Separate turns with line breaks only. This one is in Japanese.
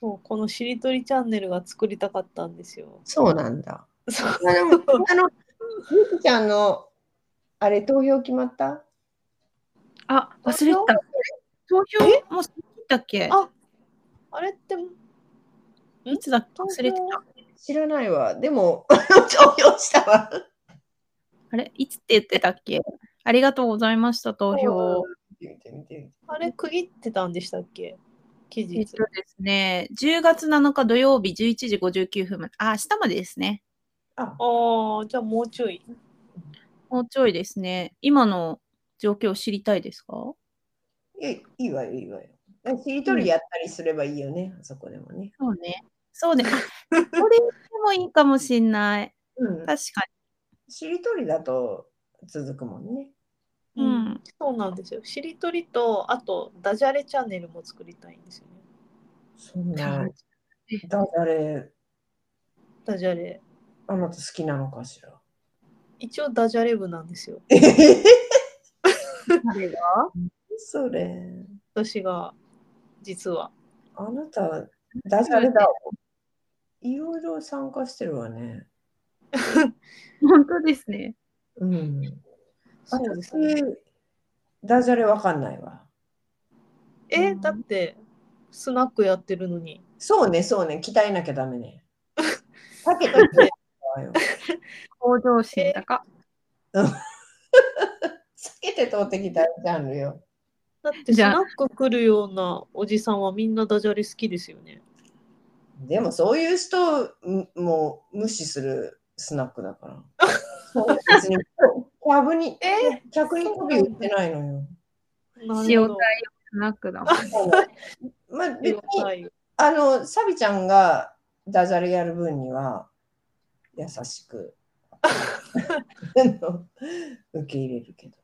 そう、このしりとりチャンネルが作りたかったんですよ。
そうなんだ。
そう
あでもあの、ゆきちゃんの、あれ、投票決まった
あ、忘れてた。投票もう過ぎたっけ
ああれって、
いつだっけ
投票
忘れてた。
知らないわ。でも、 投票したわ。
あれいつって言ってたっけありがとうございました、投票。
見て見て見て
あれ区切ってたんでしたっけ期
えっ
日
と。ですね、10月7日土曜日11時59分まで。あ、明日までですね。
あ、
ああ、じゃあもうちょい。
もうちょいですね。今の状況を知りたいですか
いいいいわよ、いいわよ。しりとりやったりすればいいよね、あそこでもね。
そうね。 そうね。あそれでもいいかもしんない。
うん、
確か
しりとりだと続くもんね。
に。うん。
そうなんですよ。しりとりと、あと、ダジャレチャンネルも作りたいんですよね。
そん
な
な、だ誰、
ダジャレ。
あなた好きなのかしら。
一応ダジャレ部なんですよ。
誰が
それ、
私が、実は。
あなた、ダジャレだ。いろいろ参加してるわね。
本当ですね。
うん。
そうですね。
私ダジャレわかんないわ。
えだって、スナックやってるのに。
そうね、そうね、鍛えなきゃダ メね。避けといて。
向上心高。
避けて通ってきたジャンルよ。
だって、ス
じゃあ
ナック来るようなおじさんはみんなダジャレ好きですよね。
でもそういう人をんもう無視するスナックだから。 そう別に客に
え
客に媚び売ってないのよ。
な
塩
る
対応スナックだもん。
まあ
ほ
別に
ど。はい
あのサビちゃんがダジャレやる分には優しくあの受け入れるけど。